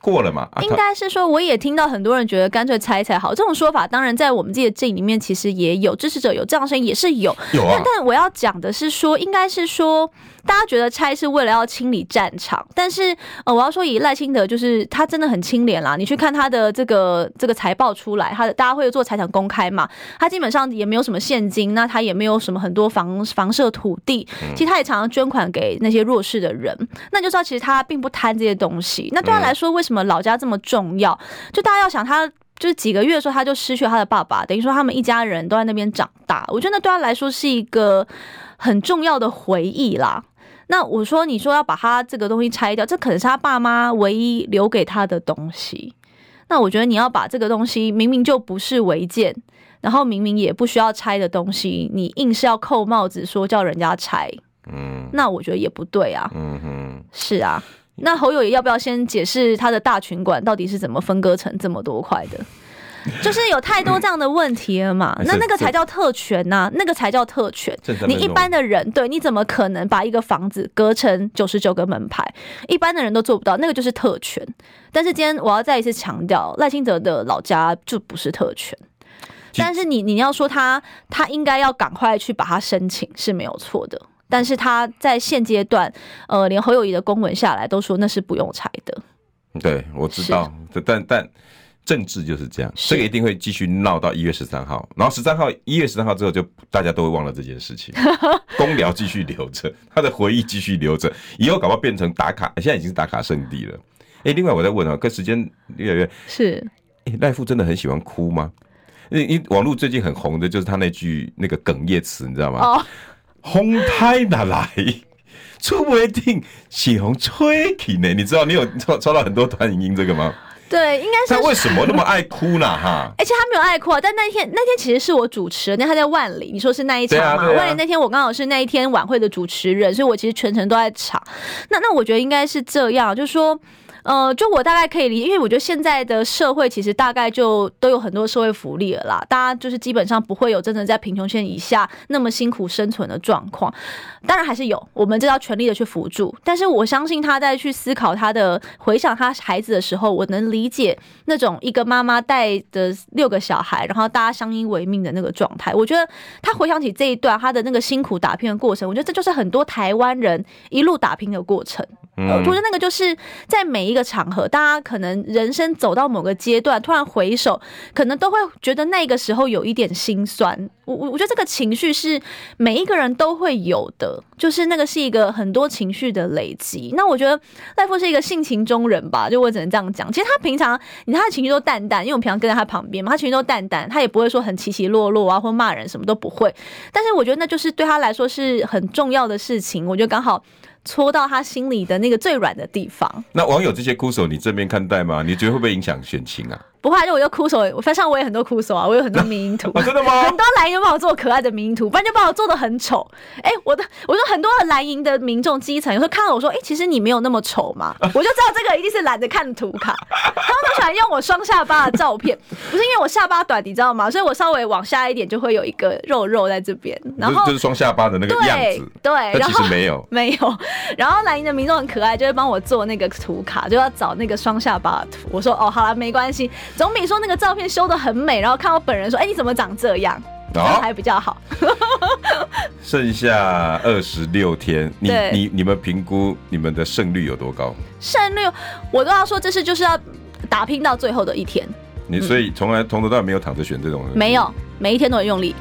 过了嘛，啊应他该是说，我也听到很多人觉得干脆猜一猜好，这种说法当然在我们自己的阵营里面其实也有支持者有这样的声音也是有，有啊但，但我要讲的是说，应该是说，大家觉得拆是为了要清理战场，但是呃，我要说以赖清德就是他真的很清廉啦。你去看他的这个这个财报出来，他的大家会做财产公开嘛，他基本上也没有什么现金，那他也没有什么很多房房舍土地，嗯其实他也常常捐款给那些弱势的人，那你就知道其实他并不贪这些东西。那嗯对他来说，为什么老家这么重要？就大家要想他。就是几个月的时候，他就失去了他的爸爸，等于说他们一家人都在那边长大。我觉得那对他来说是一个很重要的回忆啦。那我说，你说要把他这个东西拆掉，这可能是他爸妈唯一留给他的东西。那我觉得你要把这个东西，明明就不是违建，然后明明也不需要拆的东西，你硬是要扣帽子说叫人家拆，嗯那我觉得也不对啊。嗯哼，是啊，那侯友宜要不要先解释他的大群馆到底是怎么分割成这么多块的？就是有太多这样的问题了嘛，嗯那 是那个才是叫特权呐、那个才叫特权正在。你那一种般的人，对，你怎么可能把一个房子隔成九十九个门牌？一般的人都做不到，那个就是特权。但是今天我要再一次强调，赖清德的老家就不是特权。其但是你你要说他，他应该要赶快去把它申请是没有错的。但是他在现阶段，呃，连侯友谊的公文下来都说那是不用拆的。对，我知道，但但政治就是这样，是这个一定会继续闹到一月十三号，然后十三号一月十三号之后就大家都会忘了这件事 情，公聊继续留着，他的回忆继续留着，以后搞不好变成打卡，现在已经是打卡圣地了。哎、另外我在问啊，跟时间越来越是，欸赖富真的很喜欢哭吗？因因网络最近很红的就是他那句那个哽咽词，你知道吗？哦，风太哪来？出不一定喜红吹起呢？你知道你有抽抽到很多团影音这个吗？对，应该他是为什 么那么爱哭呢？哈，而且他没有爱哭啊，但那天那天其实是我主持，那他在万里，你说是那一场嘛？对啊对啊万里那天我刚好是那一天晚会的主持人，所以我其实全程都在场。那那我觉得应该是这样，就是说。呃，就我大概可以理解，因为我觉得现在的社会其实大概就都有很多社会福利了啦，大家就是基本上不会有真的在贫穷线以下那么辛苦生存的状况。当然还是有，我们这要全力的去辅助。但是我相信他在去思考他的回想他孩子的时候，我能理解那种一个妈妈带着六个小孩，然后大家相依为命的那个状态。我觉得他回想起这一段他的那个辛苦打拼的过程，我觉得这就是很多台湾人一路打拼的过程。嗯呃我觉得那个就是在每一个场合，大家可能人生走到某个阶段，突然回首，可能都会觉得那个时候有一点心酸。我我我觉得这个情绪是每一个人都会有的，就是那个是一个很多情绪的累积。那我觉得赖夫是一个性情中人吧，就我只能这样讲。其实他平常你看他的情绪都淡淡，因为我们平常跟在他旁边嘛，他情绪都淡淡，他也不会说很起起落落啊，或骂人什么都不会。但是我觉得那就是对他来说是很重要的事情，我觉得刚好戳到他心里的那个最软的地方。那网友这些哭手，你正面看待吗？你觉得会不会影响选情 啊？不怕就我就哭手，我翻上我也很多哭手啊，我有很多迷 。因图啊，真的吗？ 很多蓝营帮我做可爱的迷因图，不然就把我做的很丑。哎、我的我说很多的蓝营的民众基层，有时候看到我说，哎、其实你没有那么 丑嘛，我就知道这个一定是懒得看图卡。他们都喜欢用我双下巴的照片，不是因为我下巴短，你知道吗？所以我稍微往下一点就会有一个肉肉在这边，然就后就是双下巴的那个样对子，对，但然其后实没 有。没有。然后蓝营的民众很可爱，就会帮我做那个图卡，就要找那个双下巴的图。我说哦，好了，没关系，总比说那个照片修的很美，然后看我本人说，哎，你怎么长这样？那哦还比较好。剩下二十六天，你对你你们评估你们的胜率有多高？胜率，我都要说，这是就是要打拼到最后的一天，你所以从来从头到尾没有躺着选这种人，没有，每一天都很用力。